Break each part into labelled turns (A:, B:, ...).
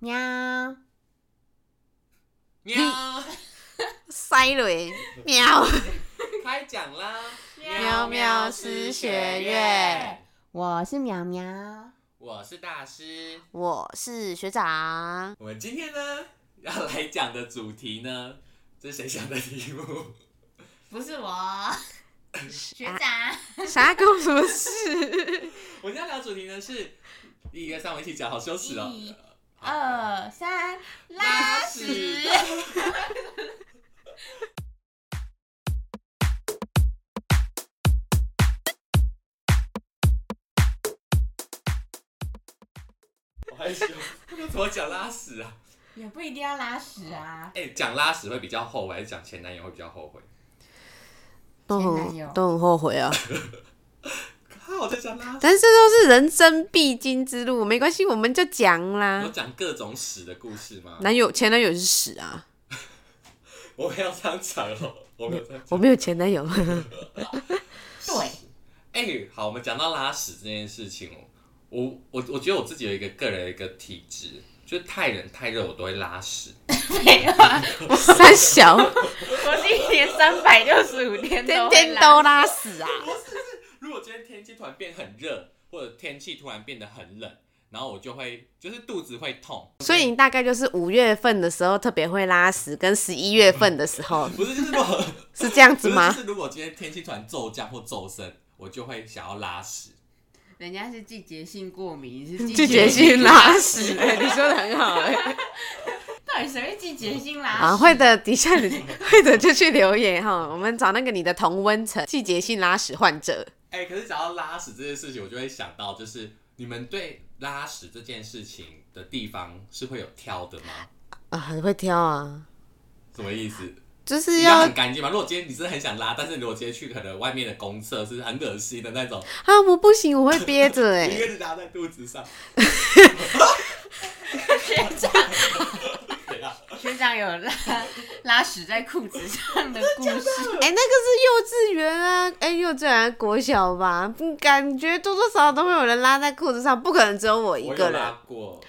A: 喵，
B: 喵，
A: 塞雷喵。
B: 开讲啦！
A: 喵喵师学院，我是苗苗，
B: 我是大师。
A: 我是学长。
B: 我们今天呢要来讲的主题呢，这是谁想的题目？
C: 不是我，
A: 啊
C: 学长，
A: 啥跟我什么 事？
B: 我们要聊的主题呢是一二三，我们一起讲，好羞耻哦、
C: 一
A: 啊
C: 二三，拉屎！
B: 好害羞，那怎么讲拉屎啊？
C: 也不一定要拉屎啊。
B: 哎、讲拉屎会比较后悔，还是讲前男友会比较后悔？
A: 都
C: 前男友
A: 很都很后悔啊，
B: 靠，我在讲拉屎，
A: 但是这都是人生必经之路，没关系，我们就讲
B: 有
A: 啦。
B: 讲各种屎的故事吗？
A: 男友前男友是屎啊，
B: 我没有这样讲哦，我没有这样
A: 我
B: 讲。
A: 没有前男友。
C: 对，
B: 哎、好，我们讲到拉屎这件事情哦，我我我觉得我自己有一个个人的一个体质，就是太冷太热我都会拉屎。
C: 没有啊，
A: 三 小
C: 我是一年三百六十五天
A: 天
C: 都
A: 天都拉屎啊，
B: 如果今天天气突然变很热，或者天气突然变得很冷，然后我就会就是肚子会痛，
A: 所以你大概就是五月份的时候特别会拉屎，跟十一月份的时候
B: 不是就是如果
A: 是这样
B: 不
A: 子
B: 是就
A: 吗？
B: 是如果今天天气突然骤降或骤升，我就会想要拉屎。
C: 人家是季节性过敏，是
A: 拒绝嗯性拉屎，哎， 你说的很好哎、
C: 到底谁会季节性拉屎？
A: 啊，会的，底下的会的就去留言哈。我们找那个你的同温层季节性拉屎患者，
B: 哎、可是讲到拉屎这件事情，我就会想到就是你们对拉屎这件事情的地方是会有挑的吗？
A: 啊，很会挑啊，
B: 什么意思？
A: 就是
B: 要
A: 要
B: 很干净嘛。如果今天你真的很想拉，但是如果今天去可能外面的公厕是很恶心的那种，
A: 啊，我不行，我会憋着哎、
B: 因为拉在肚子上。 对啊，
C: 学长有拉 拉屎在裤子上的故 事，
A: 哎、那个是幼稚园啊，哎、幼稚园、国小吧，嗯感觉多多少少都会有人拉在裤子上，不可能只有我一
B: 我有
A: 个
B: 拉
A: 人，
B: 过，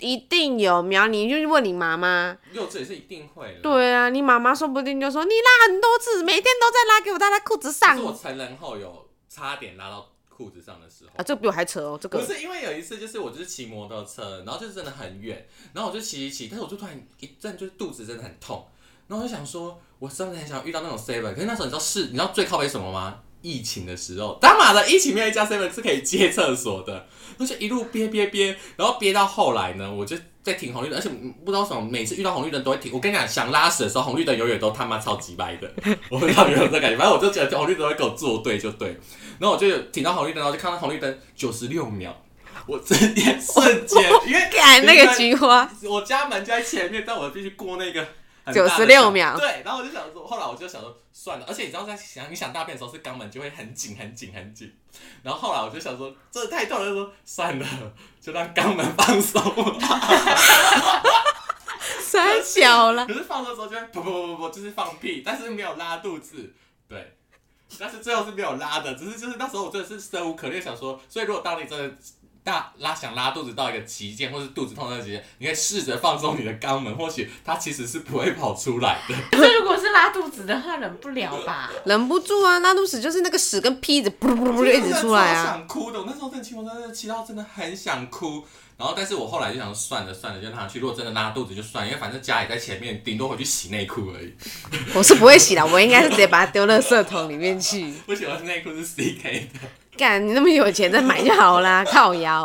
A: 一定有。苗，你就去问你妈妈。
B: 幼稚也是一定会的。，
A: 对啊，你妈妈说不定就说你拉很多次，每天都在拉，给我拉在裤子上
B: 是我成人后有差点拉到裤子上的时候
A: 啊，。这个比我还扯哦，这
B: 不
A: 个
B: 是因为有一次，就是我就是骑摩托车，然后就是真的很远，然后我就骑一骑，但是我就突然一阵就是肚子真的很痛，然后我就想说，我真的很想遇到那种 seven，可是那时候你知道是你知道最靠背什么吗？疫情的时候，他妈的，疫情没有一家 seven 是可以接厕所的，我就一路憋憋憋，然后憋到后来呢，我就在停红绿灯，而且不知道为什么，每次遇到红绿灯都会停。我跟你讲，想拉屎的时候，红绿灯永远都他妈超级掰的，我不知道你有没有这感觉，反正我就觉得红绿灯会跟我作对就对。然后我就有停到红绿灯，然后就看到红绿灯九十六秒，我直接瞬间，因为
A: 干那个菊花。
B: 我家门就在前面，但我必须过那个很大的
A: 96
B: 墙
A: 秒
B: 对，然后我就想说，后来我就想说算了，而且你知道在想你想大便的时候是肛门就会很紧很紧很紧，然后后来我就想说这太痛了，就说算了，就让肛门放松吧。
A: 三 小啦，
B: 可是放松的时候就会不不不不，就是放屁，但是没有拉肚子，对。但是最后是没有拉的，只是就是那时候我真的是生无可恋，想说，所以如果当你真的大拉想拉肚子到一个极限，或是肚子痛到一个极限，你可以试着放松你的肛门，或许它其实是不会跑出来的。
C: 可是如果是拉肚子的话，忍不了吧？
A: 忍不住啊，拉肚屎就是那个屎跟屁子噗噜噗噜噗噜一直出来
B: 我真的超
A: 啊。
B: 想哭的，我那时候真的骑摩托车骑到真的很想哭，然后但是我后来就想说算了算了，就让它去。如果真的拉肚子就算了，因为反正家里在前面，顶多回去洗内裤而已。
A: 我是不会洗的，我应该是直接把它丢垃圾桶里面去。
B: 我喜欢的内裤是 CK 的。
A: 干，你那么有钱再买就好啦，靠腰。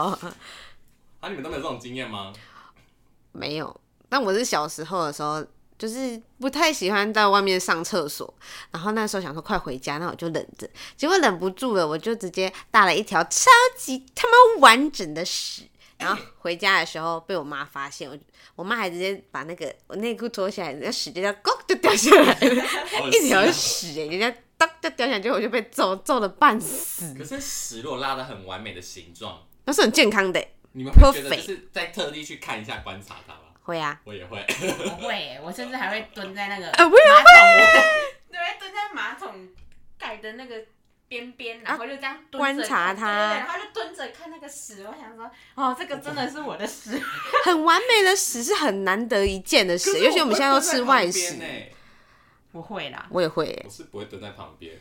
B: 啊，你们都没有这种经验吗？
A: 没有，但我是小时候的时候，就是不太喜欢在外面上厕所，然后那时候想说快回家，那我就忍着，结果忍不住了，我就直接大了一条超级他妈完整的屎。然后回家的时候被我妈发现，我我妈还直接把那个我内裤脱下来，那屎就这样 咕就掉下来了，
B: 好恶
A: 一
B: 心啊
A: 条屎哎、人家咚就掉下来，结果我就被揍揍了半死。
B: 可是屎如果拉的很完美的形状，
A: 那是很健康的欸、
B: 你们会觉得
A: Perfect
B: 就是在特地去看一下观察它吗？
A: 会啊，
B: 我也会，
C: 我会耶，我甚至还会蹲在那个
A: 呃啊我也
C: 马桶，对，蹲在马桶盖的那个边边，然后就这样蹲着
A: 观察它
C: 对对对，然后就蹲着看那个屎。我想说，哦，这个真的是我的 屎。
A: 很完美的屎是很难得一见的
B: 可
A: 屎，
B: 是
A: 尤其我们现在都吃外
B: 我不会蹲在旁
A: 食
B: 边，欸
C: 我会啦，
A: 我也会欸
B: 我是不会蹲在旁边，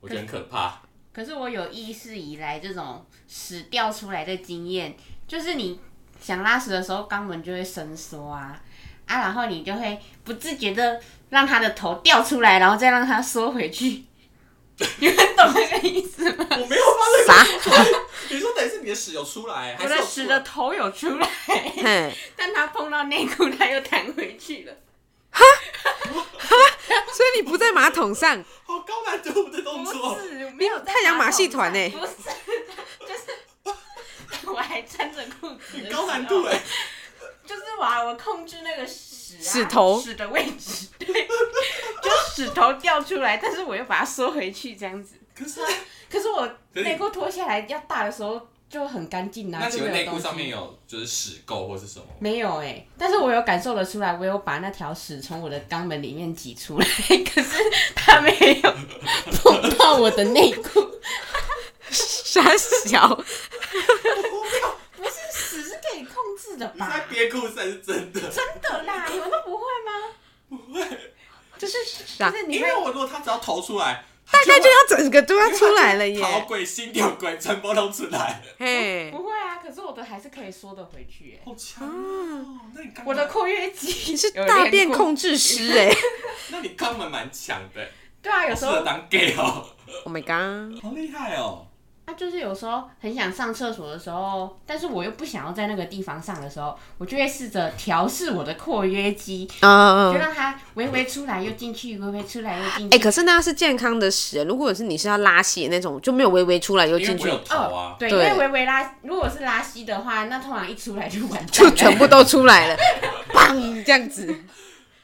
B: 我觉得很可 怕。
C: 可是我有意识以来这种屎掉出来的经验，就是你想拉屎的时候，肛门就会伸缩啊啊，然后你就会不自觉的让它的头掉出来，然后再让它缩回去。 你们懂那个意思吗？
B: 我没有发
A: 啥？
B: 现，你说等于是你的屎有出来，还
C: 我
B: 是
C: 的
B: 有
C: 屎
B: 出
C: 的
B: 来
C: 头有出来，
A: 嘿，
C: 但它碰到内裤，它又弹回去了。
A: 所以你不在马 桶上，
B: 好高难度的动作
C: 不。是，没有在
A: 太阳马戏团欸
C: 马桶上不是， 就是我还穿着裤子，
B: 很高难度哎、，
C: 就是我啊我控制那个屎、啊、
A: 屎头
C: 屎的位置，对， 就屎头掉出来，但是我又把它缩回去这样子。
B: 可是，
C: 可是我
B: 可是你
C: 内裤脱下来要大的时候就很干净啊，
B: 那请问
C: 就没有
B: 内裤
C: 东西
B: 上面有就是屎垢或是 什么？
C: 没有哎、但是我有感受得出来，我有把那条屎从我的肛门里面挤出来， 可是它没有碰到我的内裤。
A: 傻小，
C: 不是屎是可以控制的
B: 你是在
C: 吧？
B: 憋裤子还是真的？
C: 真的啦，你们都不会吗？不会，就是
A: 啊
C: 就是你
B: 因
C: 会
B: 为我如果他只要头出来，
A: 大概就要整个都要出来了耶，
B: 逃鬼、心跳鬼、全部都出来，
A: 嘿，
C: 不会啊，可是我的还是可以缩得回去、欸。
B: 好强
A: 啊
B: 哦！那你肛
C: 我的括约肌
A: 你是
C: 有
A: 大
C: 练
A: 便
C: 过，
A: 控制师哎
B: 那你肛门蛮强的，
C: 对啊，有时
B: 适
C: 候
B: 合当 gay 哦，
A: ，Oh my god，
B: 好厉害哦！
C: 啊，就是有时候很想上厕所的时候，但是我又不想要在那个地方上的时候，我就会试着调试我的括约肌，就
A: 嗯。
C: 让它微微出来又进去，微微出来又进
A: 哎、
C: 去。
A: 可是那是健康的屎欸，如果是你是要拉稀的那种，就没有微微出来又
B: 因
A: 进
B: 为我
A: 去，
B: 有头
C: 哦
B: 啊，
C: 对，因
A: 对
C: 为微微拉，如果是拉稀的话，那通常一出来就完蛋
A: 就
C: 了，
A: 全部都出来 了，砰这样子。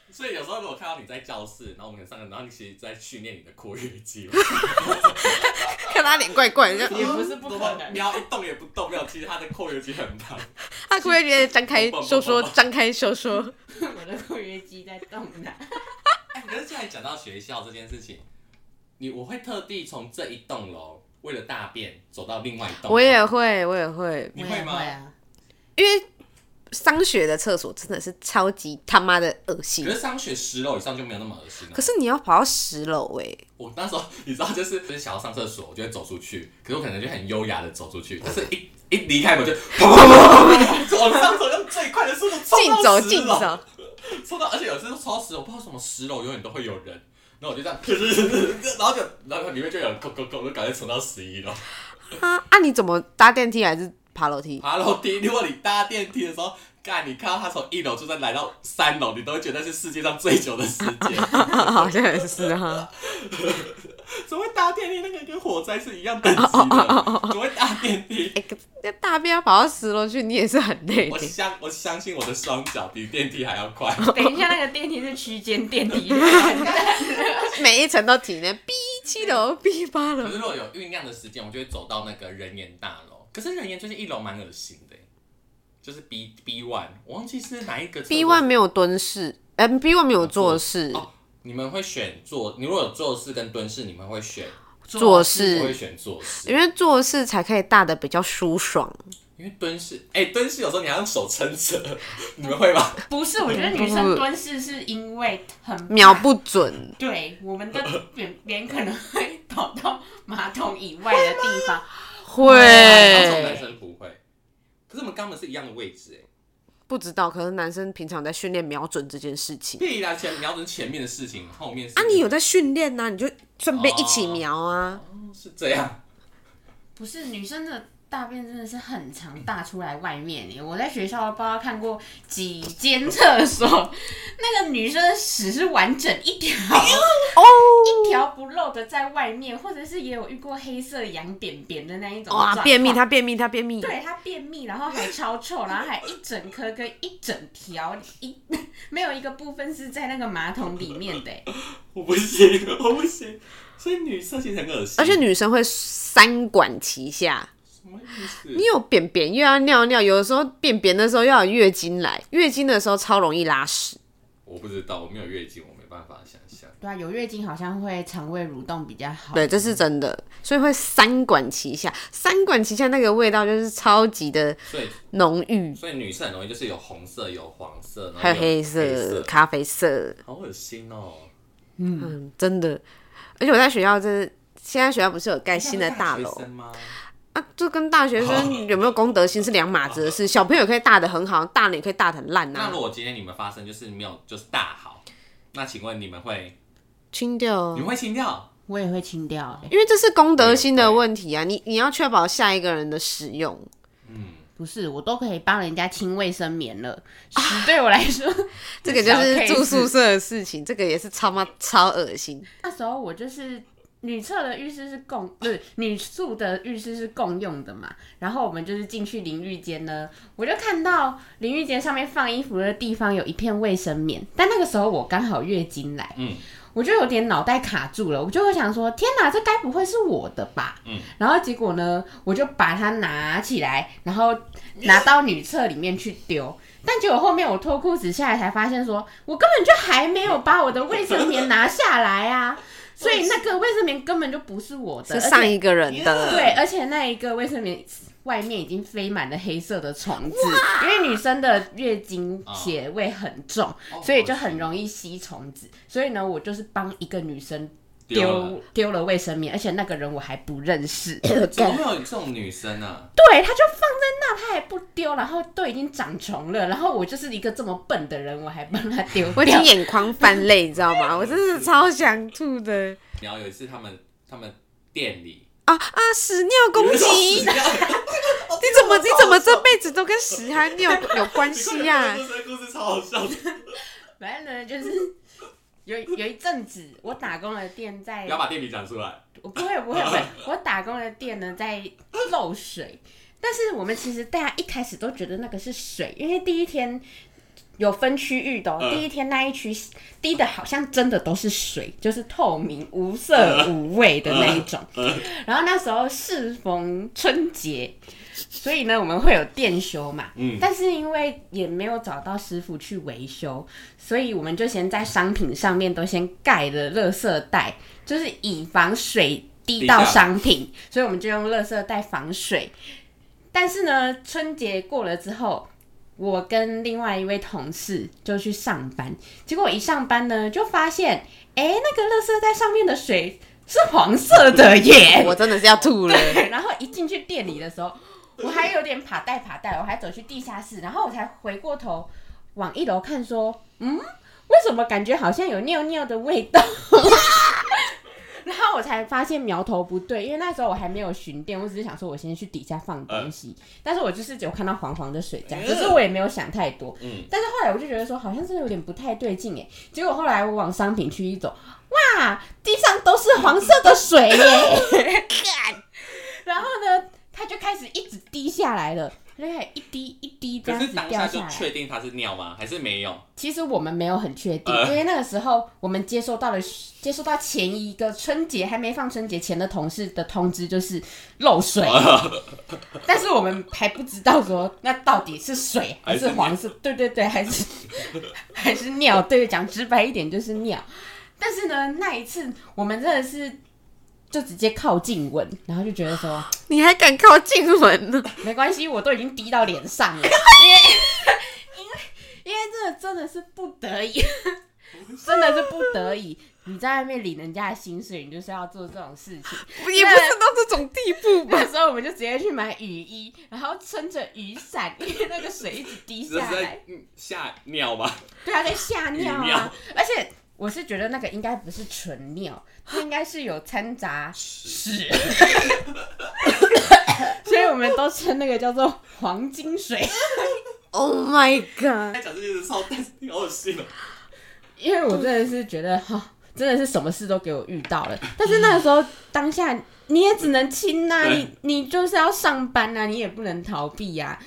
B: 所以有时候如果看到你在教室，然后我们可能上课，然后你其实在训练你的括约肌，
A: 看他脸怪怪的，就
C: 也不是不可能
B: 喵一动也不动，没有，其实他的括约肌很棒。
A: 他括约肌张开收缩，张开收缩。
C: 我的括约肌在动呢。
B: 哎，可是既然讲到学校这件事情，你我会特地从这一栋楼为了大便走到另外一栋，
A: 我也会，我也会，
B: 你
C: 我也
B: 会吗？
C: 啊，
A: 因为商学的厕所真的是超级他妈的恶
B: 可
A: 心。
B: 是上学十楼以上就没有那么恶心了
A: 可。是你要跑到十楼哎、
B: 我那时候你知道，就是就是想要上厕所，我就会走出去，可是我可能就很优雅的走出去，但是一一离开门就 砰砰砰砰砰，往上走，用最快的速度冲
A: 竞
B: 到
A: 走
B: 十
A: 竞
B: 楼，
A: 走，
B: 冲到，而且有时候超十楼，我不知道为什么十楼永远都会有人。然后我就这样，然后就， 然后里面就有人咕咕咕，我就赶快冲到十一楼。
A: 啊啊！你怎么搭电梯还是爬楼梯？
B: 爬楼梯，如果你搭电梯的时候，干你看到他从一楼就算来到三楼，你都会觉得那是世界上最久的时间。
A: 啊 好像也是啊哈。
B: 怎么会搭电梯？那个跟火灾是一样等级 的。怎么会搭电梯？
A: 哎、可那大便要跑到十楼去，你也是很 累
B: 我
A: 的。
B: 相我相信我的双脚比电梯还要 快。
C: 等一下，那个电梯是区间电梯，
A: 每一层都体能 B 七楼 B 八
B: 可
A: 楼
B: 是，如果有酝酿的时间，我就会走到那个人言大楼。可是人言最近一楼蛮恶心的欸，就是 B B one，我忘记是哪一个厕所
A: B one 没有蹲式，呃 B one 没有坐式，
B: 哦。你们会选坐？你如果有坐式跟蹲式，你们会选？
A: 坐
B: 我会
A: 式，
B: 选坐式，
A: 因为坐式才可以大的比较舒爽。
B: 因为蹲式，哎、蹲式有时候你还用手撑着，你们会吗？
C: 不是，我觉得女生蹲式是因为很
A: 瞄不准，
C: 对我们的脸脸可能会跑到马桶以外的地方，
B: 然后这种男
A: 会
B: 生不会。可是我们肛门是一样的位置、哎，
A: 不知道，可能男生平常在训练瞄准这件事情
B: 屁啦，前瞄准前面的事情，后面是
A: 啊，你有在训练呐，你就顺便一起瞄啊。
B: 是这样。
C: 不是女生的。大便真的是很常大出来外面耶！我在学校不知道看过几间厕所， 那个女生的屎是完整一条
A: 哦，
C: 一条不漏的在外面，或者是也有遇过黑色羊便便的那一种状
A: 哇，
C: 况
A: 哦便秘，他便秘，他便秘，
C: 对它便秘，然后还超臭，然后还一整颗跟一整条一 没有一个部分是在那个马桶里面的欸。
B: 我不行，我不行。所以女生其实很恶心。
A: 而且女生会三管齐下。
B: 什么意思？
A: 你有便便又要尿尿，有的时候便便的时候要有月经来，月经的时候超容易拉屎。
B: 我不知道，我没有月经，我没办办法想象。
C: 对啊，有月经好像会肠胃蠕动比较好。
A: 对，这是真的，所以会三管齐下。三管齐下那个味道就是超级的
B: 所以，
A: 浓郁，
B: 所以女生很容易就是有红色、有黄色，然后
A: 还有黑
B: 啊黑
A: 色、咖啡色，
B: 好恶心哦！
A: 嗯，真的。而且我在学校就是，现在学校不是有盖新的
B: 那
A: 大
B: 不是学
A: 楼
B: 生吗？
A: 啊，这跟大学生有没有公德心是两码子的事。小朋友可以大的很好，大人也可以大的很烂啊
B: 那
A: 呐
B: 如。果今天你们发生就是没有就是大好，那请问你们会
A: 清掉哦
B: 你，们会清掉？
C: 我也会清掉、欸，
A: 因为这是公德心的问题啊，你你要确保下一个人的使用。
B: 嗯
C: 不是我都可以帮人家清卫生棉了，屎对我来说
A: 这个就
C: 小
A: 是住
C: case
A: 宿舍的事情，这个也是超妈超恶心。
C: 那时候我就是女厕的浴室是共，不是女宿的浴室是共用的嘛。然后我们就是进去淋浴间呢，我就看到淋浴间上面放衣服的地方有一片卫生棉，但那个时候我刚好月经来，
B: 嗯
C: 我就有点脑袋卡住了，我就会想说，天哪，这该不会是我的吧？
B: 嗯
C: 然后结果呢，我就把它拿起来，然后拿到女厕里面去丢。但结果后面我脱裤子下来，才发现说我根本就还没有把我的卫生棉拿下来啊，所以那个卫生棉根本就不是我的，
A: 是
C: 而且
A: 上一个人的，
C: 对，而且那一个卫生棉外面已经飞满了黑色的虫子，因为女生的月经血味很重，
B: 啊哦
C: 所以就很容易吸虫子。所以呢，我就是帮一个女生
B: 丢了
C: 丢丢了卫生棉，而且那个人我还不认 识。
B: 怎么会有这种女生啊？
C: 对，他就放在那，他还不丢，然后都已经长虫了，然后我就是一个这么笨的人，我还帮他丢
A: 我已
C: 掉
A: 经。眼眶泛泪，你知道吗？我真是超想吐的
B: 然后有一次他们他们店里
A: 啊啊！屎尿攻击，
B: 你
A: 你怎么你怎么这辈子都跟屎和尿有关系啊呀、
B: 这故事超好笑的，
C: 反正呢，就是有有一阵子，我打工的店在
B: 不要把店名讲出来。
C: 我不会，不会，不会。我打工的店呢在漏水，但是我们其实大家一开始都觉得那个是水，因为第一天有分区域的、哦，
B: 嗯
C: 第一天那一区滴的好像真的都是水，就是透明无色无味的那一种。然后那时候适逢春节，所以呢我们会有店修嘛，
B: 嗯
C: 但是因为也没有找到师傅去维修，所以我们就先在商品上面都先盖了垃圾袋，就是以防水滴到
B: 滴下来
C: 商品，所以我们就用垃圾袋防水。但是呢，春节过了之后，我跟另外一位同事就去上班，结果一上班呢，就发现，哎、那个垃圾袋上面的水是黄色的耶！
A: 我真的是要吐了。
C: 对， 然后一进去店里的时候，我还有点爬带爬带，我还走去地下室，然后我才回过头往一楼看，说，嗯，为什么感觉好像有尿尿的味道？ 然后我才发现苗头不对，因为那时候我还没有巡店，我只是想说我先去底下放东西，但是我就是只有看到黄黄的水这样，只是我也没有想太多。
B: 嗯，
C: 但是后来我就觉得说，好像真的有点不太对劲哎。结果后来我往商品区一走，哇，地上都是黄色的水耶！然后呢，它就开始一直滴下来了，就开始一滴一滴这
B: 可
C: 样
B: 是
C: 子
B: 当
C: 掉
B: 下
C: 下
B: 就
C: 来。
B: 确定他是尿吗？还是没有？
C: 其实我们没有很确定，
B: 呃
C: 因为那个时候我们接收到了接收到前一个春节还没放春节前的同事的通知，就是漏水，
B: 呃
C: 但是我们还不知道说那到底是水还是黄色，对对对，还是还是尿，对，讲直白一点就是尿。但是呢，那一次我们真的是就直接靠近闻，然后就觉得说
A: 你还敢靠近门呢？
C: 没关系，我都已经滴到脸上了，因为 因为因为这个真的是不得已，
B: 啊
C: 真的是不得已。你在外面领人家的薪水，你就是要做这种事 情。
A: 也不是到这种地步吧？
C: 那时候我们就直接去买雨衣，然后撑着雨 伞，因为那个水一直滴
B: 这是
C: 下来
B: 在。嗯吓尿吗？
C: 对啊，在吓尿
B: 雨
C: 啊
B: 尿！
C: 而且我是觉得那个应该不是纯尿，它应该是有掺杂屎，所以我们都称那个叫做黄金水。
A: Oh my god！
B: 他讲这件事超，但是好恶心哦。
C: 因为我真的是觉得哈、真的是什么事都给我遇到了。但是那个时候当下你也只能亲呐、
B: 对
C: 你你就是要上班呐、啊你也不能逃避呀、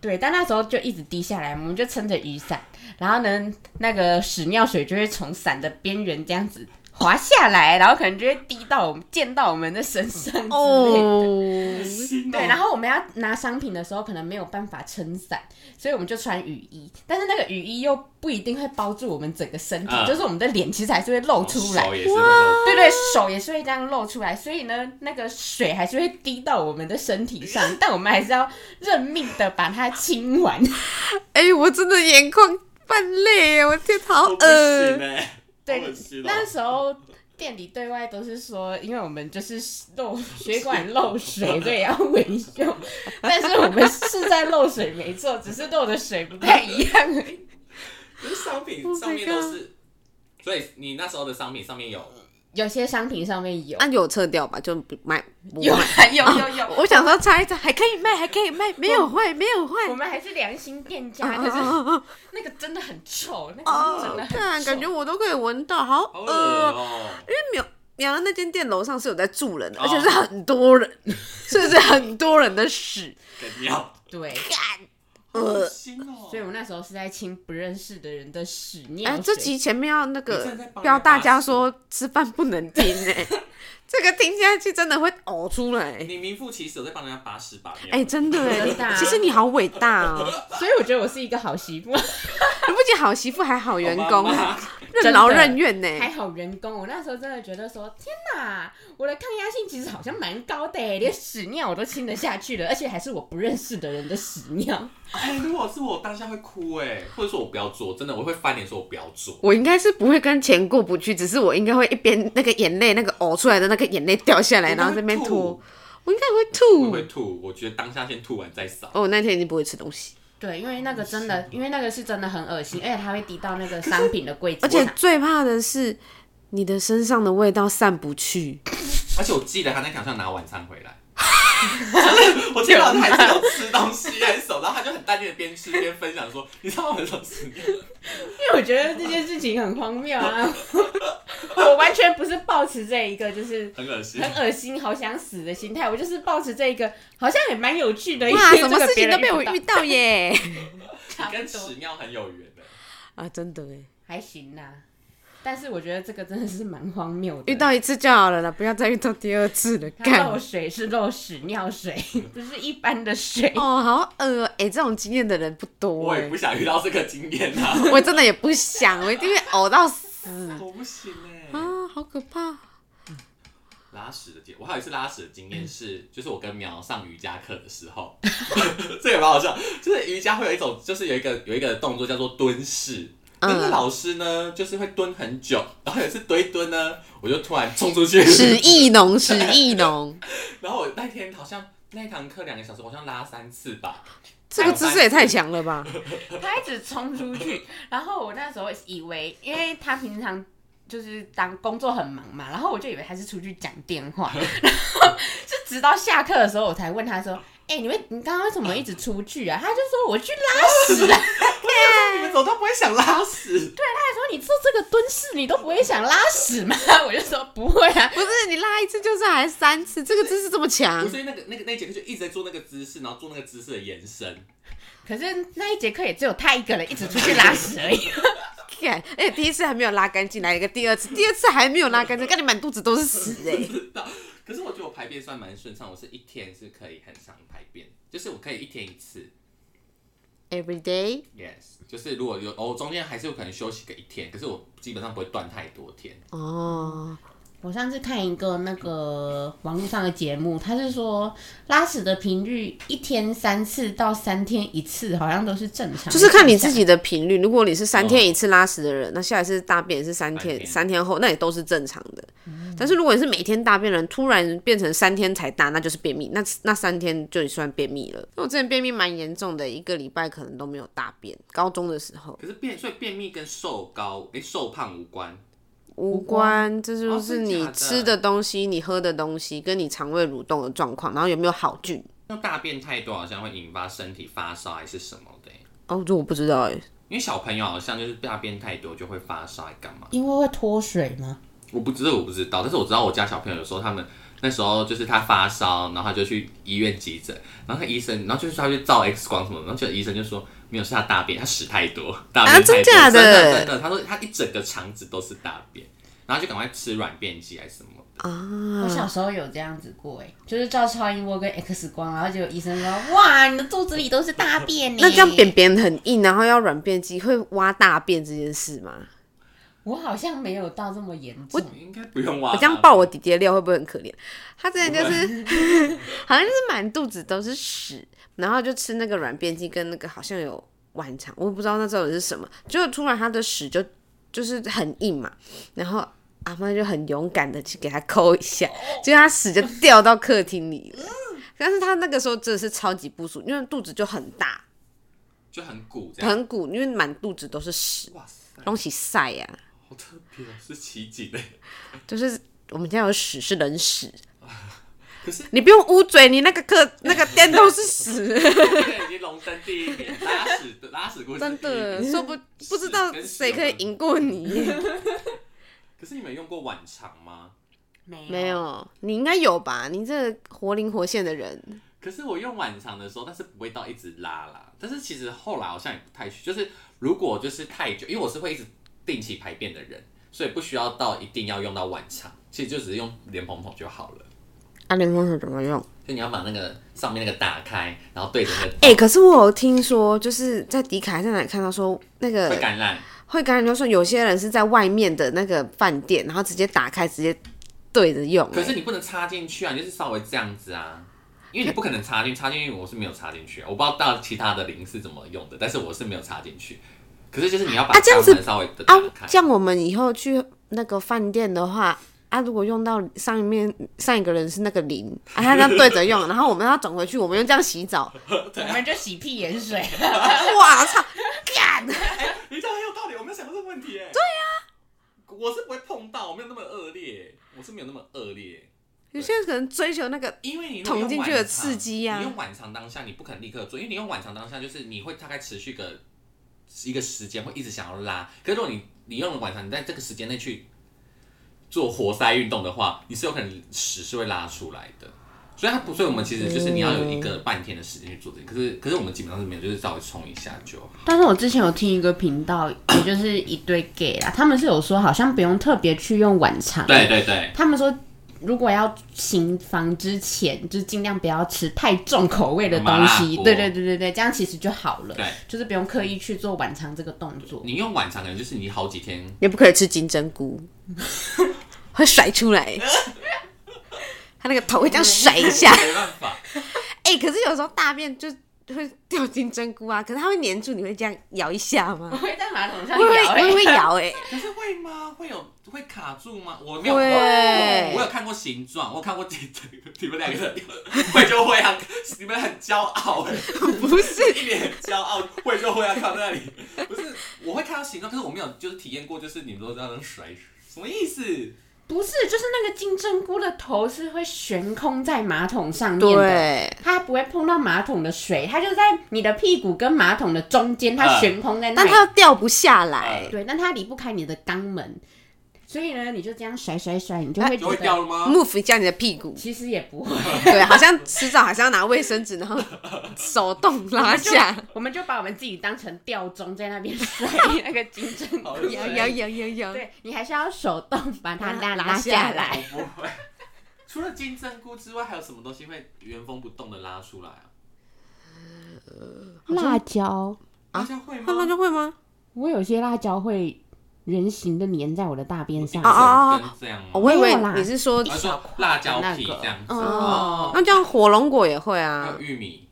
C: 对，但那时候就一直滴下来，我们就撑着雨伞，然后呢，那个屎尿水就会从伞的边缘这样子滑下来，然后可能就会滴到我们溅到我们的身上之类的。
A: 哦，
C: 对，然后我们要拿商品的时候，可能没有办法撑伞，所以我们就穿雨衣，但是那个雨衣又不一定会包住我们整个身体，
B: 嗯哦
C: 就是我们的脸其实还是会露出来
B: 手，也是会露
C: 对对，手也是会这样露出来，所以呢，那个水还是会滴到我们的身体上，但我们还是要认命的把它清 完。
A: 哎、我真的眼眶泛泪耶，我啊天，好
B: 我不行
C: 呃
A: 恶
B: 哎、
C: 对
B: 好恶心 哦，
C: 那时候店里对外都是说，因为我们就是漏血管漏水，所以要维修。但是我们是在漏水没错，只是漏的水不太一样而已。
B: 可是商品
A: Oh my
B: 上面都是，所以你那时候的商品上面有
C: 有些商品上面有
A: 那、，有撤掉吧，就不卖，不
C: 啊有
A: 卖。
C: 啊有有有，
A: 我想说拆一拆，还可以卖，还可以卖，没有坏，没有坏。
C: 我们还是良心店
A: 啊
C: 家，可是
A: 啊啊啊
C: 那个真的很臭，那
A: 哦
C: 个真的
A: 看，
C: 很
A: 感觉
C: 臭。
A: 我都可以闻到，好
B: 好恶
A: 呃，
B: 哦、
A: 因为苗苗那间店楼上是有在住人的，
B: 哦
A: 而且是很多 人，所以是很多人的屎。
B: 怎样？
C: 对，
B: 好
A: 呃
B: 恶心哦、
C: 所以我那时候是在清不认识的人的屎尿
A: 哎、
C: 水。
A: 这集前面要那
B: 你
A: 个
B: 真的在帮人
A: 标大家
B: 拉屎
A: 说吃饭不能听哎、 这个听下去真的会呕出来。
C: 哎
B: 你名副其实有在帮人家把屎把尿。
A: 哎、真的哎、
C: 真的啊
A: 你其实你好伟大哦、
C: 所以我觉得我是一个好媳妇。
A: 你不仅好媳妇，还好员
B: 好
A: 工
B: 妈，妈
A: 任劳任怨呢、
C: 还好员工，我那时候真的觉得说，天哪，我的抗压性其实好像蛮高的欸 耶，连屎尿我都亲得下去了，而且还是我不认识的人的屎尿。
B: 哎、如果是我当下会哭哎、或者说我不要做，真的我会翻脸说我不要做。
A: 我应该是不会跟钱过不去，只是我应该会一边那个眼泪，那个呕出来的那个眼泪掉下来，
B: 我
A: 然后
B: 会
A: 这边
B: 吐
A: 拖，我应该会
B: 我
A: 吐。
C: 嗯
B: 会吐，我觉得当下先吐完再扫。
A: 哦，我那天已经不会吃东西，
C: 对，因为那个真的，因为那个是真的很恶心，而且它会滴到那个商品的柜子
A: 而且
C: 上。
A: 最怕的是你的身上的味道散不去。
B: 而且我记得他那天好像拿晚餐回 来，真的，我记得他还是有吃 东西还是什么，然后他就很淡定的边吃边分享说，你知道我很想吃面了，
C: 因为我觉得这件事情很荒谬啊，我完全不是抱持这一个就是。
B: 很恶心
C: 很。恶心，好想死的心态，我就是抱持这一个好像也蛮有趣的一
A: 哇，
C: 些
A: 什么
C: 这个
A: 事
C: 别
A: 情
C: 人
A: 都被我
C: 不到
A: 遇到 耶！
C: 差
B: 跟
C: 不多
B: 屎尿很有缘的。
A: 啊，真的哎，
C: 还行啦、但是我觉得这个真的是蛮荒谬的。
A: 遇到一次就好了啦，不要再遇到第二次 了。
C: 它
A: 干
C: 漏水是漏屎尿水， 不是一般的水。
A: 哦，好恶哎、这种经验的人不多
B: 我也
A: 哎
B: 不，想遇到这个经验啊，
A: 我真的也不想，我一定会呕到 死
C: 嗯
B: 我不行哎、
A: 啊，好可怕！
B: 拉屎的经，我还有一次拉屎的经验是，就是我跟苗上瑜伽课的时候， 这也蛮好笑。就是瑜伽会有一种，就是有一个有一个动作叫做蹲式。那个
A: 嗯
B: 老师呢，就是会蹲很久，然后有一次蹲一蹲呢，我就突然冲出去，
A: 屎意浓，屎意 浓，
B: 然后我那天好像那一堂课两个小时，我好像拉三次吧。
A: 这个姿势也太强了吧！
C: 他一直冲出去， 然后我那时候以为，因为他平常就是当工作很忙嘛，然后我就以为他是出去讲电话，然后是直到下课的时候我才问他说：“哎、你为你刚刚为什么一直出去啊？”他就说：“我去拉屎啊。”
B: 你们怎么都不会想拉屎？
C: 他说：“你做这个蹲式，你都不会想拉屎吗？”我就说：“不会啊。”
A: 不是你拉一次就是还三次，这个姿势这么强
B: 我，所以那个那个那节课就一直在做那个姿势，然后做那个姿势的延伸。
C: 可是那一节课也只有他一个人一直出去拉屎而已。
A: 看，而且第一次还没有拉干净，来一个第二次，第二次还没有拉干净，看你满肚子都是屎哎、
B: 可是我觉得我排便算蛮顺畅，我是一天是可以很常排便，就是我可以一天一次
A: Every day，
B: ，yes，就是如果有哦，中间还是有可能休息个一天，可是我基本上不会断太多天。嗯
A: 哦，
C: 我上次看一个那个网络上的节目，他是说拉屎的频率一天三次到三天一次，好像都是正常。
A: 就是看你自己的频率。如果你是三天一次拉屎的人，那下一次大便也是三天，
B: 哦三天嗯
A: 三天后那也都是正常的。但是如果你是每天大便的人，突然变成三天才大，那就是便秘，那那三天就算便秘了。那我之前便秘蛮严重的，一个礼拜可能都没有大便，高中的时候
B: 可是便所以便秘跟瘦高诶、瘦胖无关，
A: 无
C: 关
A: 关，这就
B: 哦
A: 是
B: 真假
A: 你
B: 的
A: 吃的东西、你喝的东西跟你肠胃蠕动的状况，然后有没有好菌。
B: 那大便太多好像会引发身体发烧还是什么的、
A: 哦，这我不知道哎、
B: 因为小朋友好像就是大便太多就会发烧，还干嘛？
C: 因为会脱水吗？
B: 我不知道，我不知道，但是我知道我家小朋友有时候他们那时候就是他发烧，然后他就去医院急诊，然后他医生，然后就是他去照 X 光什么的，然后就医生就说没有是他大便，他屎太多，大便太多，
A: 真假的
B: 真的真的，他说他一整个肠子都是大便，然后就赶快吃软便剂还是什么。
C: 我
A: 啊，
C: 小时候有这样子过、哎，就是照超音波跟 X 光，然后就有医生说，哇，你的肚子里都是大便欸呢、
A: 那这样便便很硬，然后要软便机会挖大便这件事吗？
C: 我好像没有到这么严重。
B: 应该不用挖。
A: 我这样爆我弟弟的料会不会很可怜？他真的就是 好像就是满肚子都是屎，然后就吃那个软便剂跟那个好像有晚肠，我不知道那到底是什么，就突然他的屎就就是很硬嘛，然后阿妈就很勇敢的去给他抠一下，结果他屎就掉到客厅里了。但是他那个时候真的是超级不舒服，因为肚子就很大
B: 就很鼓这样。
A: 很鼓，因为满肚子都是屎，
B: 哇塞，
A: 东西晒啊呀、
B: 好特别哦，是奇景的。
A: 就是我们家有屎是人屎，
B: 可是
A: 你不用捂嘴，你那个课那个电动 是屎，
B: 这个已经荣登第一名，拉屎的拉屎故事
A: 真的
B: 第一名
A: 说不 不知道谁可以赢过你。
B: 可是你们有用过晚肠吗？
C: 没
A: 没，有，你应该有吧？你这个活灵活现的人，
B: 可是我用晚肠的时候，但是不会到一直拉啦。但是其实后来好像也不太需，就是如果就是太久，因为我是会一直定期排便的人，所以不需要到一定要用到晚肠，其实就只是用莲蓬头就好了。
A: 阿联风手怎么用？
B: 就你要把那个上面那个打开，然后对着那个
A: 哎、可是我有听说，就是在迪卡在哪里看到说那个
B: 会感染。
A: 会感染，就是说有些人是在外面的那个饭店，然后直接打开直接对着用、
B: 可是
A: 哎
B: 你不能插进去啊，你就是稍微这样子啊，因为你不可能插进，插进去我是没有插进去啊，我不知道到其他的零是怎么用的，但是我是没有插进去。可是就是你要把
A: 啊这样子
B: 肛门稍微的打
A: 啊
B: 开，，
A: 这样我们以后去那个饭店的话。啊！如果用到上一面上一个人是那个零，啊，他这样对着用，然后我们要转回去，我们又这样洗澡，
C: 我们就洗屁盐水。
A: 哇操！干，
B: 你讲很有道理，我没有想过这个问题哎、对呀、我是不会碰到，我没有那么恶劣，我是没有那么恶劣。
A: 有些人可能追求那个，
B: 因为你如果用
A: 捅进去的刺激呀
B: 晚肠你用晚肠当下，你不肯立刻做，因为你用晚肠当下，就是你会大概持续个一个时间，会一直想要拉。可是如果你你用了晚肠，你在这个时间内去做活塞运动的话，你是有可能屎是会拉出来的。所以它不，所以我们其实就是你要有一个半天的时间去做这个。可是可是我们基本上是没有，就是稍微冲一下就好。
C: 但是我之前有听一个频道，也就是一对 gay 啦，他们是有说好像不用特别去用晚餐。
B: 对对对，
C: 他们说如果要行房之前，就尽量不要吃太重口味的东
B: 麻辣
C: 西。
B: 锅
C: 对对对对对，这样其实就好了。
B: 对，
C: 就是不用刻意去做晚餐这个动作。
B: 你用晚肠可能就是你好几天
A: 也不可以吃金针菇， 会甩出来。他那个头会这样甩一 下，
B: 没办法。
A: 哎、可是有时候大便就会掉金针菇啊，可是它会粘住，你会这样摇一下
C: 我
A: 吗？
C: 会在马桶
A: 我
C: 上
A: 会
C: 摇、
A: 我会
C: 欸，
A: 会摇哎、
B: 可是会吗？会有会卡住吗？我没有，
A: 会
B: 我有看过形状，我看过 你你们两个人会就会啊，你们很骄傲哎，
A: 不是，
B: 一脸很骄傲，会就会啊，看到那里不是，我会看到形状，可是我没有就是体验过，就是你们都这样甩，什么意思？
C: 不是，就是那个金针菇的头是会悬空在马桶上面的。
A: 对，
C: 它不会碰到马桶的水，它就在你的屁股跟马桶的中间，它
B: 嗯
C: 悬空在那
A: 但
C: 里。
A: 它又掉不下来，
C: 对，但它离不开你的肛门，所以呢，你就这样甩甩甩，你就会
B: 就
C: 觉
B: 会
C: 得
B: 掉了吗？
A: move 一下你的屁股，
C: 其实也不会。
A: 对，好像迟早还是要拿卫生纸，然后手动拉 下，
C: 我们就把我们自己当成吊钟在那边甩那个金针菇。
B: 好
A: 摇摇摇摇摇。
C: 对你还是要手动把它
A: 把它
C: 拉
A: 拉
C: 拉
A: 下
C: 下
A: 来
C: 来。
B: 我不会。除了金针菇之外，还有什么东西会原封不动的拉出来啊？
C: 辣椒，
A: 啊
B: 好像会吗
A: 那？辣椒会吗？
C: 我有些辣椒会人形的粘在我的大便上
A: 啊。啊
B: 跟这样吗？
A: 哦我以
C: 没
A: 为
C: 有啦
A: 你啊是说
B: 我是说辣椒皮这样子
C: 那个
A: 哦
B: 哦，，
A: 那这样火龙果也会
B: 还
A: 啊
B: 有，玉米，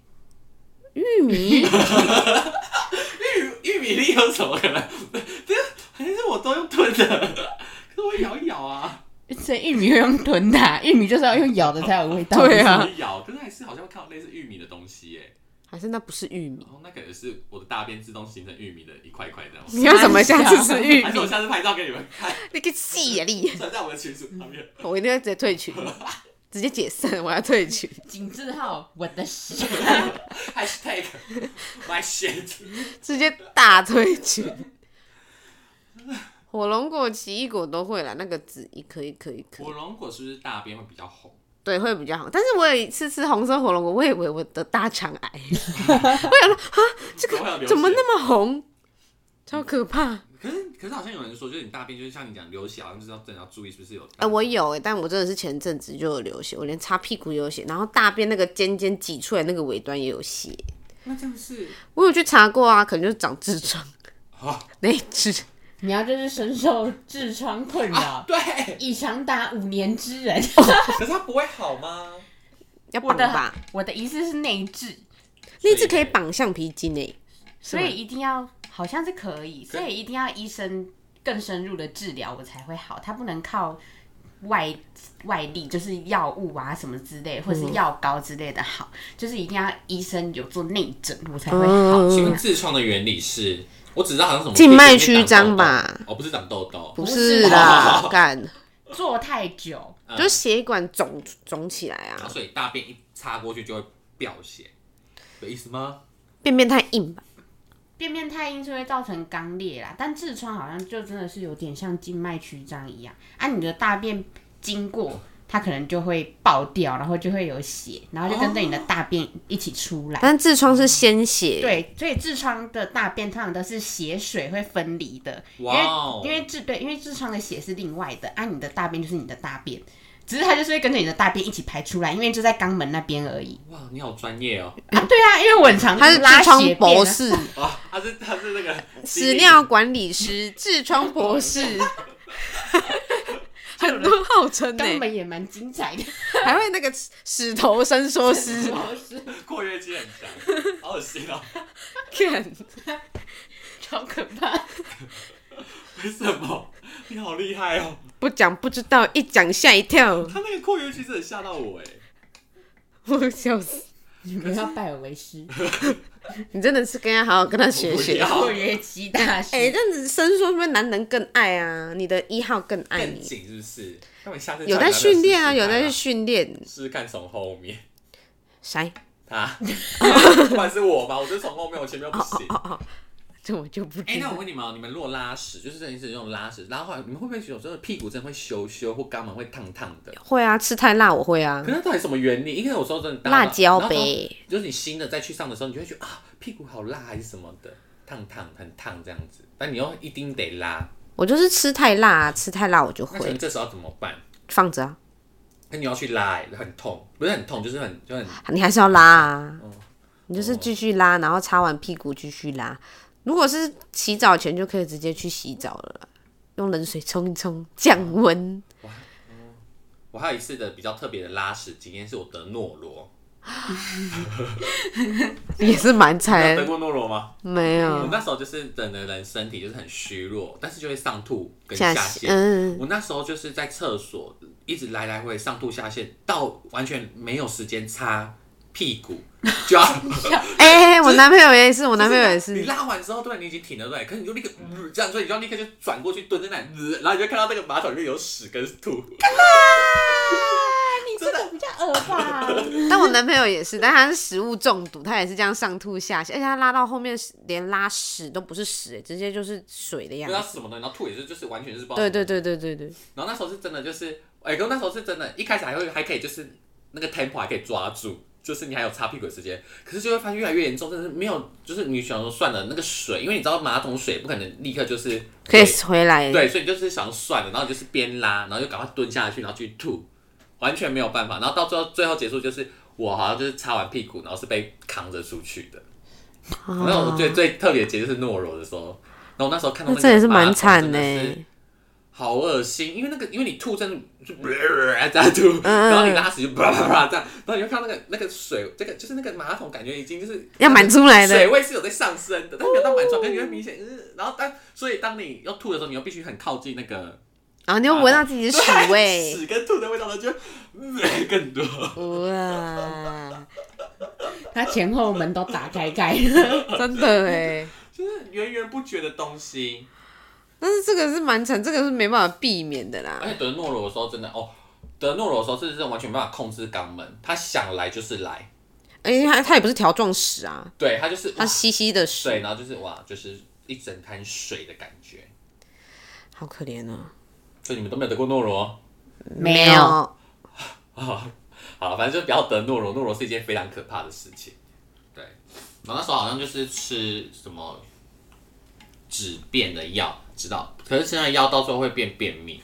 A: 玉 米
B: 玉玉米粒有什么可能？ 这还是我都用吞的，可是我咬一咬啊，
C: 哦所以玉米会用吞的啊、玉 米就是要用咬的才有味道。
A: 对啊
B: 我一咬，可是还是好像会看到类似玉米的东西耶。
A: 还是那不是玉米
B: 然？后那可能是我的大便自动形成玉米的一块一块这样。
A: 你要怎么下 次吃玉
B: 还是我
A: 米？
B: 下次拍照给你们看，
A: 那个细力，
B: 传在我的群组上面。
A: 我一定会直接退群，直接解散，我要退群。
C: 景致号，我的屎。
B: Hashtag my shit。
A: 直接大退群。火龙果、奇异果都会啦，那个籽一颗一颗一颗
B: 火，龙果是不是大便会比较红？
A: 对，会比较好。但是我有一次吃红色火龙果，我以为我得大肠癌，我想说啊，这
B: 怎么会有流血
A: 个怎么那么红，超可怕。
B: 可是可是好像有人说，就是你大便就是像你讲流血，好像就是要真的要注意是不是有
A: 哎、我有哎、但我真的是前阵子就有流血，我连擦屁股也有血，然后大便那个尖尖挤出来那个尾端也有血。
B: 那这样 是
A: 我有去查过啊，可能就是长痔疮
B: 好
A: 那一只。
C: 你要就是深受痔疮困扰，
B: 对，
C: 已长达五年之 人。
B: 可是它不会好吗？
A: 要
C: 我
A: 绑
C: 的
A: 吧，
C: 我的疑似是内痔，
A: 那只可以绑橡皮筋欸诶、
C: 所
A: 吗
C: 以一定要好像是可以，所以一定要医生更深入的治疗我才会好，它不能靠外外力，就是药物啊什么之类，或是药膏之类的好，就是一定要医生有做内诊我才会好。
A: 嗯
B: 请问痔疮的原理是？我只知道好像什么
A: 静脉曲张吧
B: 长痘痘哦，不是长痘痘，
A: 不
C: 不
A: 是
C: 是
A: 啦
B: 啦，
A: 干，
C: 坐太久，
B: 嗯
A: 就是血管肿肿起来啊，
B: 所以大便一擦过去就会飙血，有意思吗？
A: 便便太硬吧，
C: 便便太硬是会造成肛裂啦，但痔疮好像就真的是有点像静脉曲张一样，啊，你的大便经过。它可能就会爆掉，然后就会有血，然后就跟着
A: 哦
C: 你的大便一起出来。
A: 但痔疮是鲜血，，
C: 对，所以痔疮的大便通常都是血水会分离的，因为
B: 哇哦
C: 因为痔对，因为痔疮的血是另外的，啊，你的大便就是你的大便，只是它就是会跟着你的大便一起排出来，因为就在肛门那边而已。
B: 哇，你好专业哦！
C: 啊对啊，因为我很常
A: 他是
C: 拉
A: 痔疮
C: 血便
A: 博
C: 啊，
A: 士，
B: 哇，他是他是那个
A: 屎尿管理 师，痔疮博士， 很多号称欸呢、
C: 肛门也蛮精彩的。
A: 还会那个屎头伸缩师，
B: 括约肌很强，好恶心哦！
A: 看
C: 超可怕！
B: 为什么？你好厉害哦！
A: 不讲不知道，一讲吓一跳，
B: 他那个括约肌真的吓到我哎！
A: 我笑死，
C: 你们要拜我为 师，
A: 你真的是跟他好好跟他学
B: 我不
A: 学
B: 要。
C: 括约肌大师。
A: 哎、这样子伸缩是不是男人更爱啊？你的一号更爱
B: 更
A: 你，
B: 紧是不是？那我下次
A: 哎有在训练啊，
B: 下次
A: 有
B: 来
A: 在
B: 试
A: 训练。
B: 试看从后面
A: 谁？
B: 啊，不管是我吧，我就从后面，我前面又不行。
A: 哦哦，这我就不
B: 哎、
A: 知
B: 那
A: 道。
B: 我问你们哦，你们如果拉屎，就是真的是那种拉屎，拉后来你们会不会有时候屁股真的会羞羞或肛门会烫烫的？
A: 会啊，吃太辣我会啊
B: 可，是它到底什么原理？因为有时候真的
A: 辣椒
B: 然后
A: 呗。
B: 就是你新的再去上的时候，你就会觉得啊，屁股好辣还是什么的，烫烫很烫这样子，但你又一定得拉。
A: 我就是吃太辣、啊，吃太辣我就
B: 那请
A: 会
B: 问这时候要怎么办？
A: 放着啊，
B: 那你要去拉、欸，很痛，不是很痛，就是很就很
A: 你还是要拉啊
B: 哦，
A: 你就是继续拉，然后擦完屁股继续拉。如果是洗澡前就可以直接去洗澡了啦，用冷水冲一冲，降温。
B: 我还有一次的比较特别的拉屎经验，是我得诺罗。
A: 也是蛮惨
B: 你有得，过诺罗吗？
A: 没
B: 我
A: 有
B: 那时候就是整个人身体就是很虚弱，但是就会上吐跟
A: 下
B: 下
A: 洗
B: 泻。
A: 嗯，
B: 我那时候就是在厕所一直来来回上吐下泻，到完全没有时间擦屁股，就要。
A: 哎、我男朋友也是，我男朋友 也
B: 你
A: 是，
B: 拉完之后，对，你已经挺了，对，可是你就立刻、嗯这样，所以你就要立刻就转过去蹲在那里，嗯然后你就看到那个马桶里面有屎跟吐。
C: 你这个比较恶吧？
A: 但我男朋友也是，但他是食物中毒，他也是这样上吐下泻，而且他拉到后面是连拉屎都不是屎，直接就是水的样
B: 不知道
A: 子。
B: 什么东西，然后吐也是就是完全是不知道
A: 对对对对对对，
B: 然后那时候是真的就是，哎、哥那时候是真的，一开始还会还可以就是那个 tempo 还可以抓住，就是你还有擦屁股的时间，可是就会发现越来越严重，真的是没有，就是你想说算了那个水，因为你知道马桶水不可能立刻就是
A: 可以回来。
B: 对，所以你就是想算了，然后你就是边拉，然后就赶快蹲下去，然后去吐，完全没有办法，然后到最后最后结束就是我好像就是擦完屁股，然后是被扛着出去的。
A: 啊
B: 然后我最最特别的节就是懦弱的时候，然后我那时候看到
A: 哦那
B: 个
A: 这也是蛮
B: 马
A: 惨
B: 桶真
A: 的
B: 的是
A: 欸。
B: 好恶心，因为那个，因为你吐真的就 这样吐，
A: 嗯
B: 然后你拉屎就啪啪啪这样，然后你就看到那个那个水，这个就是那个马桶，感觉已经就是
A: 要满出来了
B: 水位是有在上升的，但没有到满出来，可是你会明显，嗯然后当所以当你要吐的时候，你又必须很靠近那个
A: 然后啊你又闻到自己的
B: 啊对
A: 屎味，
B: 屎跟吐的味道呢就、嗯更多，
A: 哇，
C: 他前后门都打开开了，
A: 真的 哎。
B: 就是源源不绝的东西。
A: 但是这个是蛮惨，这个是没办法避免的
B: 而
A: 啦。
B: 且得诺罗的时候真的哦，得诺罗的时候是真的完全没办法控制肛门，他想来就是来，
A: 而且它它也不是条状屎啊，
B: 对他就是哎
A: 它
B: 哇
A: 稀稀的屎，
B: 对，然后就是哇，就是一整滩水的感觉。
A: 好可怜哦。
B: 所以你们都没有得过诺罗
C: 没有。，
B: 啊？ 好，反正就不要得诺罗，诺罗是一件非常可怕的事情。对，然后那时候好像就是吃什么止便的药，知道？可是现在药到最后会变便秘。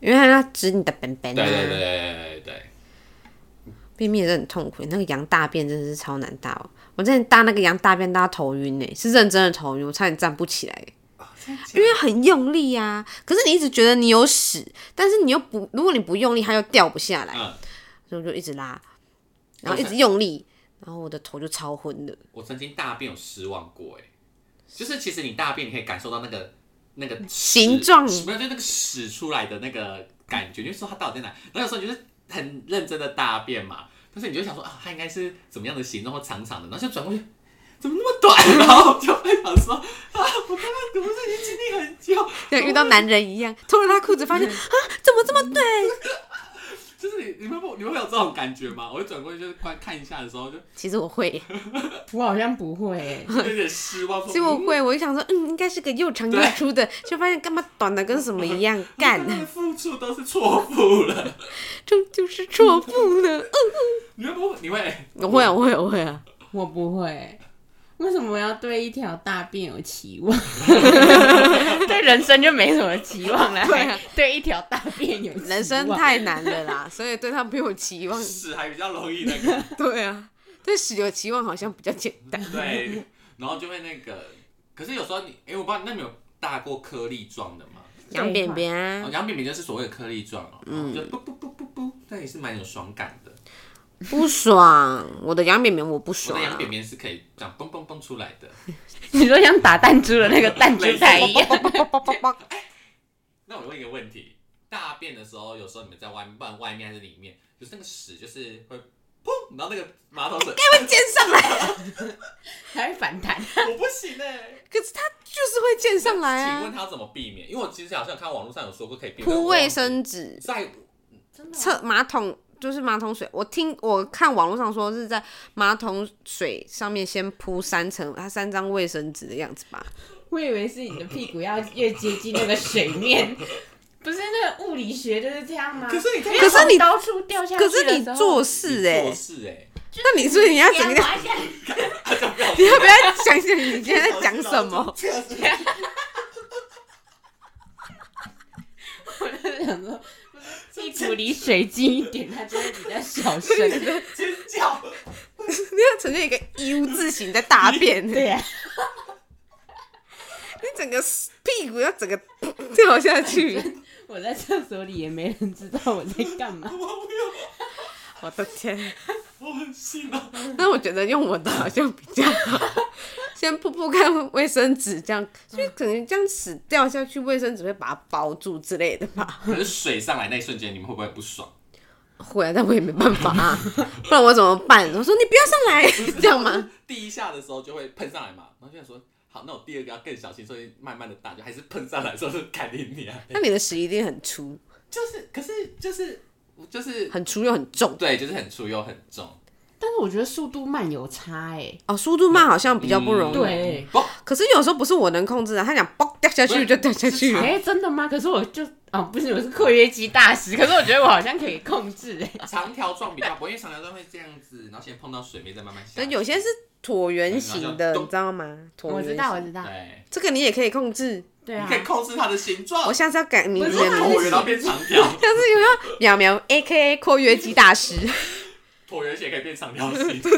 A: 因为它指你的便便
B: 对
A: 啊，
B: 对对对对对
A: 便秘也是很痛苦，那个羊大便真的是超难大哦。我之前大那个羊大便大到头晕呢、是认真的头晕，我差点站不起来。欸因
B: 对。
A: 为很用力呀、可是你一直觉得你有屎，但是你又不，如果你不用力，它又掉不下来，
B: 嗯
A: 所以我就一直拉，然后一
B: 我
A: 直用力，然后我的头就超昏的。
B: 我曾经大便有失望过，哎，就是其实你大便你可以感受到那个那个屎
A: 形状
B: 没有就那个屎出来的那个感觉，你就说它到底在哪？然后有时候你就是很认真的大便嘛，但是你就想说啊，它应该是怎么样的形状或长长的，然后就转过去。怎么那么 短？然后我就会想说啊，我刚刚是不是已经经历很久？
A: 像遇到男人一样，脱了他裤子，发现啊，怎么这么对？
B: 就是你你们不你们会有这种感觉吗？我会转过去就是观看一下的时候就
A: 其实我会，
C: 我好像不会、欸，
B: 有点失望，说
A: 其实我会，我就想说，嗯，应该是个又长又粗的，就发现干嘛短的跟什么一 样，
B: 我刚刚的
A: 干，
B: 付出都是错付了。
A: 这就是错付了。
B: 你会不会？你会？
A: 我会啊，我会啊，我会啊。
C: 我不会。为什么要对一条大便有期望？ 对人生就没什么期望了，
A: 对啊
C: 还对一条大便有期望
A: 人生太难了啦，所以对他没有期望。
B: 屎还比较容易那个，
A: 对啊，对屎有期望好像比较简单。
B: 对，然后就会那个。可是有时候你，哎、我不知道那你有大过颗粒状的吗？
A: 羊便便
B: 哦
A: 啊，
B: 杨饼饼就是所谓的颗粒状哦，嗯，就不不不不不，那也是蛮有爽感的。
A: 不爽。我的羊便便我不
B: 我
A: 爽
B: 的
A: 啊、
B: 杨饼饼是可以这样蹦蹦蹦出来的。
C: 你说像打弹珠的那个弹珠台一样，
B: 那我问一个问题：大便的时候，有时候你们在外面，不管外面还是里面，就是那个屎就是会砰，然后那个马桶水，
A: 溅上来，
C: 还会反弹。
B: 我不
A: 欸
B: 行哎、
A: 可是它就是会溅上来
B: 请问
A: 啊。
B: 他要怎么避免？因为我其实好像看网络上有说过可以避免。
A: 铺卫生纸，
B: 在
C: 真的
A: 厕马桶就是马桶水。我听我看网络上说是在马桶水上面先铺三层，它三张卫生纸的样子吧。
C: 我以为是你的屁股要越接近那个水面， 不是那个物理学就是这样吗？
B: 可是你
C: 因
B: 看
C: 为
A: 可是
C: 从
A: 你
C: 高处掉下去
A: 可
C: 的时候，
A: 是你做事哎、
B: 做事哎、
A: 那你所以你要整个，
C: 滑下来
A: 你要不要想想你今天在讲什么？
C: 我就想说，屁股离水近一点，它就会比较小 声。
B: 尖叫！
A: 你要呈现一个 U 字形在大便，
C: 对啊
A: 你
C: 呀、
A: 整个屁股要整个掉下去。
C: 我在厕所里也没人知道我在干嘛。
B: 我不要，
A: 我的天！
B: 我很信了。
A: 那我觉得用我的好像比较好， 先铺铺看卫生纸，这样就可能这样屎掉下去，卫生纸会把它包住之类的吧。
B: 可是水上来那一瞬间，你们会不会不爽？
A: 回来，但我也没办法 啊，不然我怎么办？我说你不要上来， 这样吗？？
B: 第一下的时候就会喷上来嘛，然后就想说，好，那我第二个要更小心，所以慢慢的打，就还是喷上来的时候就赶紧你啊。
A: 那你的屎一定很粗，
B: 就是，可是就是就是，
A: 很粗又很重
B: 对，就是很粗又很重，
C: 但是我觉得速度慢有差哎、
A: 哦。苏度曼好像比较不容易，
C: 嗯对
B: 不，
A: 可是有时候不是我能控制的，他想嘣掉下去就掉下去
B: 是啊
A: 了。
C: 哎、真的吗？可是我就哦，不是，我是括约肌大师，可是我觉得我好像可以控制 哎、
B: 长条状比较不会，因为长条状会这样子，然后先碰到水面，再慢慢下
A: 所以。有些是椭圆形
C: 哎
A: 的，
B: 然后就
A: 你知道吗？椭圆
C: 我
A: 形
C: 知道，我知道，
B: 对，
A: 这个你也可以控制。
C: 对
B: 你
C: 啊
B: 可，以控制它的形状
A: 我，下次要改名
C: 不
A: 字
C: 是
B: 从
C: 它
A: 的名字。
B: 椭圆到变长条，
A: 但是有没有淼淼 A K A 括约肌大 师？
B: 椭圆形也可以变长条 形。
C: 不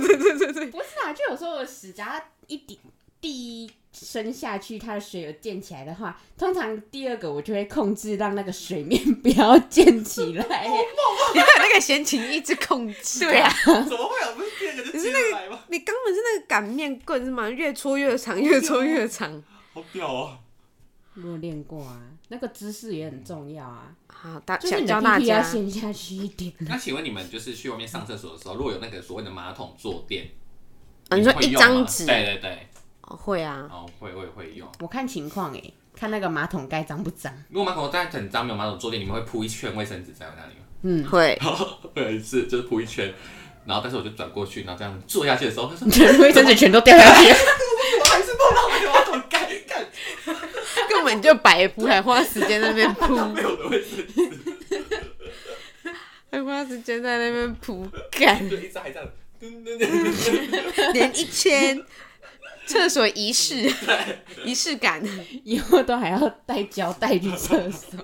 C: 是啊，就有时候我屎只要一滴第一深下去，它的水有溅起来的话，通常第二个我就会控制让那个水面不要溅起 来。
A: 你看那个闲情逸致控制。
C: 对啊，，
B: 怎么会有？不是第二个就接着来吗？
A: 你根本是那个擀面棍是吗？越搓越长，越搓越长。
B: 好屌哦！
C: 我有练过啊，那个姿势也很重要啊，
A: 好，大
C: 就是
A: 想
C: 你的
A: 嗯教大
C: 屁屁要
A: 家，
C: 陷下去一点。啊
B: 那请问你们就是去外面上厕所的时候，如果有那个所谓的马桶坐垫，
A: 啊
B: 们
A: 你说
B: 会
A: 一
B: 用吗啊
A: 张纸，
B: 对对对，
A: 哦会啊，
B: 哦，会会会用。
C: 我看情况哎、看那个马桶盖脏不脏。
B: 如果马桶在很脏没有马桶坐垫，你们会铺一圈卫生纸在那里吗？
C: 嗯，
A: 会。
B: 然后我有一次就是铺一圈，然后但是我就转过去，然后这样坐下去的时候，他说
C: 卫生纸全都掉下去了。
B: 我还是碰到那个马桶盖， 看
A: 根本就白铺，还花时间在那边铺，
B: 没有的卫生纸，
A: 还花时间在那 边铺干，
B: 就一直还这样。噔噔噔噔
A: 连一圈厕所仪式， 仪式感，
C: 以后都还要带胶带去厕所。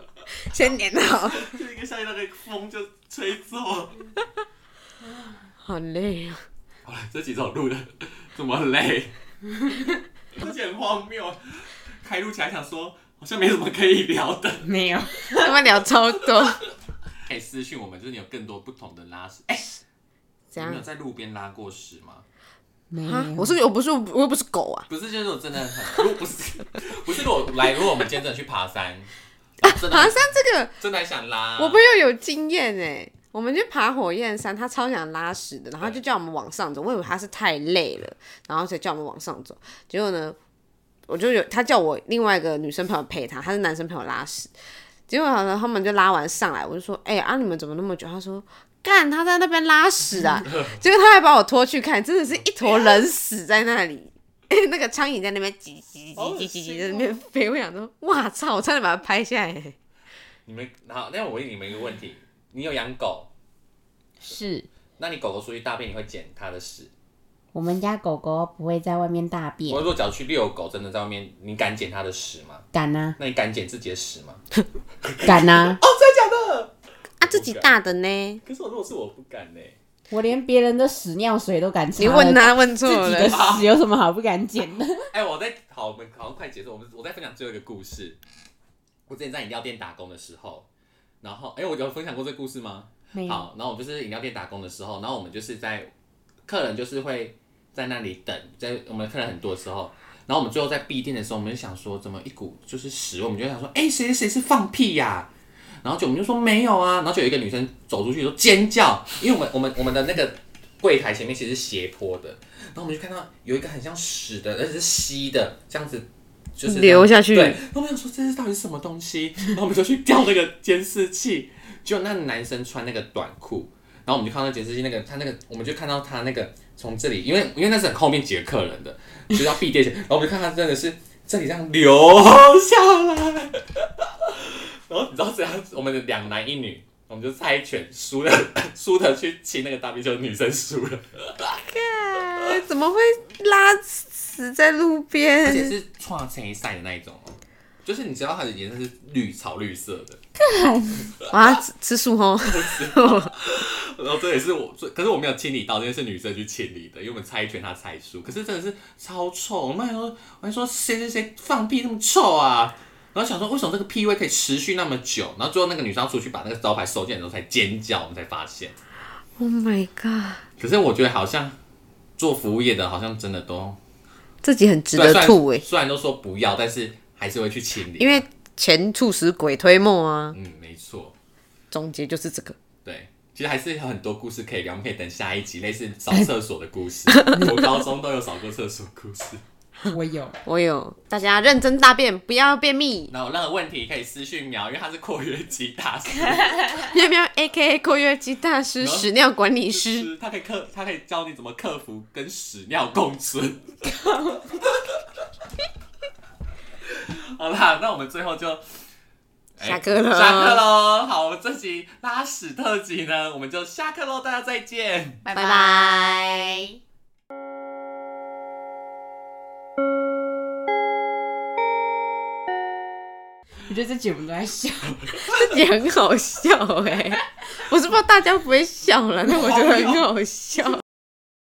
A: 先粘好，
B: 就是一个下雨那个风就吹走。
A: 好累啊！
B: 好了，这几首录的 这么 累，而且很荒谬。开录起来想说，好像没什么可以聊的。
C: 没有，
A: 他们聊超多，
B: 可以哎私讯我们，就是你有更多不同的拉屎。哎、
A: 怎
B: 你
A: 样
B: 没有在路边拉过屎吗？
C: 没
A: 啊？我是我不是我又不是狗啊！
B: 不是，就是我真的很，如 果不是，不是如果来，如果我们今天真的去爬山，真的
A: 爬
B: 很
A: 山这个
B: 真的很想拉。
A: 我朋友有经验哎，我们去爬火焰山，他超想拉屎的，然后就叫我们往上走。我以为他是太累了，然后才叫我们往上走。结果呢，我就有他叫我另外一个女生朋友陪他，他是男生朋友拉屎。结果呢，他们就拉完上来，我就说：“哎、啊，你们怎么那么久？”他说：“干，他在那边拉屎啊！”结果他还把我拖去看，真的是一坨人屎在那里。那个苍蝇在那边叽叽叽叽叽叽在那边飞，我想说，哇操！我差点把它拍下来。
B: 你们好，那我问你们一个问题：你有养狗，
C: 是
B: 那你狗狗出去大便，你会捡它的屎？
C: 我们家狗狗不会在外面大
B: 我
C: 便，
B: 如果假如去遛狗，真的在外面，你敢捡它的屎吗？
C: 敢啊，
B: 那你敢捡自己的屎吗？
C: 敢啊！
B: 哦，真的假的？
A: 啊，自己大的呢？
B: 可是我如果是我不敢欸呢、
C: 我连别人的屎尿水都敢擦
A: 你
C: 了，
A: 问他问错
C: 自己的
A: 了，
C: 屎有什么好不敢捡的？
B: 哎、我在好，我们好像快结束，我们我在分享最后一个故事。我之前在饮料店打工的时候，然后哎、我有分享过这个故事吗？
C: 没有，
B: 好，然后我就是饮料店打工的时候，然后我们就是在客人就是会在那里等，在我们客人很多的时候，然后我们最后在闭店的时候，我们就想说怎么一股就是屎，我们就想说，哎、谁谁谁是放屁呀、然后就我们就说没有啊，然后就有一个女生走出去说尖叫，因为我们我们我们的那个柜台前面其实是斜坡的，然后我们就看到有一个很像屎的，而且是稀的，这样子就是这样
A: 流下去
B: 对，然后我想说这是到底是什么东西，然后我们就去调那个监视器，就那男生穿那个短裤，然后我们就看到监视器那个他那个，我们就看到他那个从这里，因为因为那是很后面几个客人的，就是要闭店前，然后我们就看他真的是这里这样流下来，然哦后你知道怎样？我们的两男一女，我们就猜拳输的 输的去亲那个大便，就是女生输了，
A: 哎怎么会拉屎在路
B: 而且
A: 边？
B: 是创成一赛的那一种哦，就是你知道它的颜色是绿草绿色的。
A: 我要吃吃素哦。
B: 然后这也是我最，可是我没有清理到，这件是女生去清理的，因为我们猜拳她猜输，可是真的是超臭。我们还说，我还说谁谁谁放屁那么臭啊！然后想说，为什么这个屁味可以持续那么久？然后最后那个女生要出去把那个招牌收件的时候才尖叫，我们才发现。
A: Oh my god，
B: 可是我觉得好像做服务业的，好像真的都
A: 自己很值
B: 虽然
A: 得吐
B: 虽
A: 哎
B: 然，虽然都说不要，但是还是会去清理。
A: 因为钱促使鬼推磨啊。
B: 嗯，没错。
A: 总结就是这个，
B: 对，其实还是有很多故事可以聊，我们可以等下一集类似扫厕所的故 事。我高中都有扫过厕所故事。
C: 我有，
A: 我有大家认真大便，不要便秘。
B: 那有任何问题可以私讯苗，因为他是括约肌大 师，
A: 喵喵 A K A 括约肌大师、
B: 然后
A: 屎尿管理师，
B: 他可以克，他可以教你怎么克服跟屎尿共 存。好啦，那我们最后就。哎
A: 下课了
B: 下课喽！好，我们这集拉屎特辑呢，我们就下课喽，大家再见。
C: 拜
A: 拜拜
C: 我觉得这节目都在笑，
A: 自欸己很好笑哎、我是不知道大家会不会笑了，但我觉得很好笑。